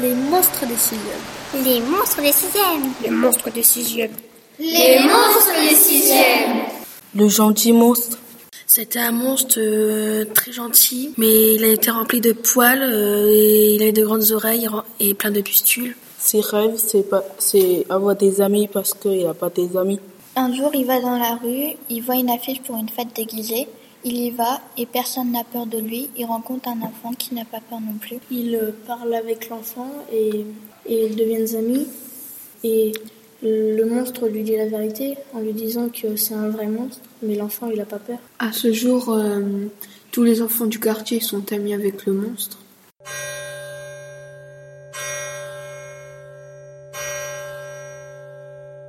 Les monstres des sixièmes. Les monstres des sixièmes. Les monstres des sixièmes. Les monstres des sixièmes. Le gentil monstre. C'était un monstre euh, très gentil, mais il a été rempli de poils euh, et il avait de grandes oreilles et plein de pustules. Ses rêves, c'est pas, c'est avoir des amis parce qu'il n'a pas des amis. Un jour, il va dans la rue, il voit une affiche pour une fête déguisée. Il y va et personne n'a peur de lui. Il rencontre un enfant qui n'a pas peur non plus. Il euh, parle avec l'enfant et, et ils deviennent amis. Et le monstre lui dit la vérité en lui disant que c'est un vrai monstre, mais l'enfant il a pas peur. À ce jour, euh, tous les enfants du quartier sont amis avec le monstre.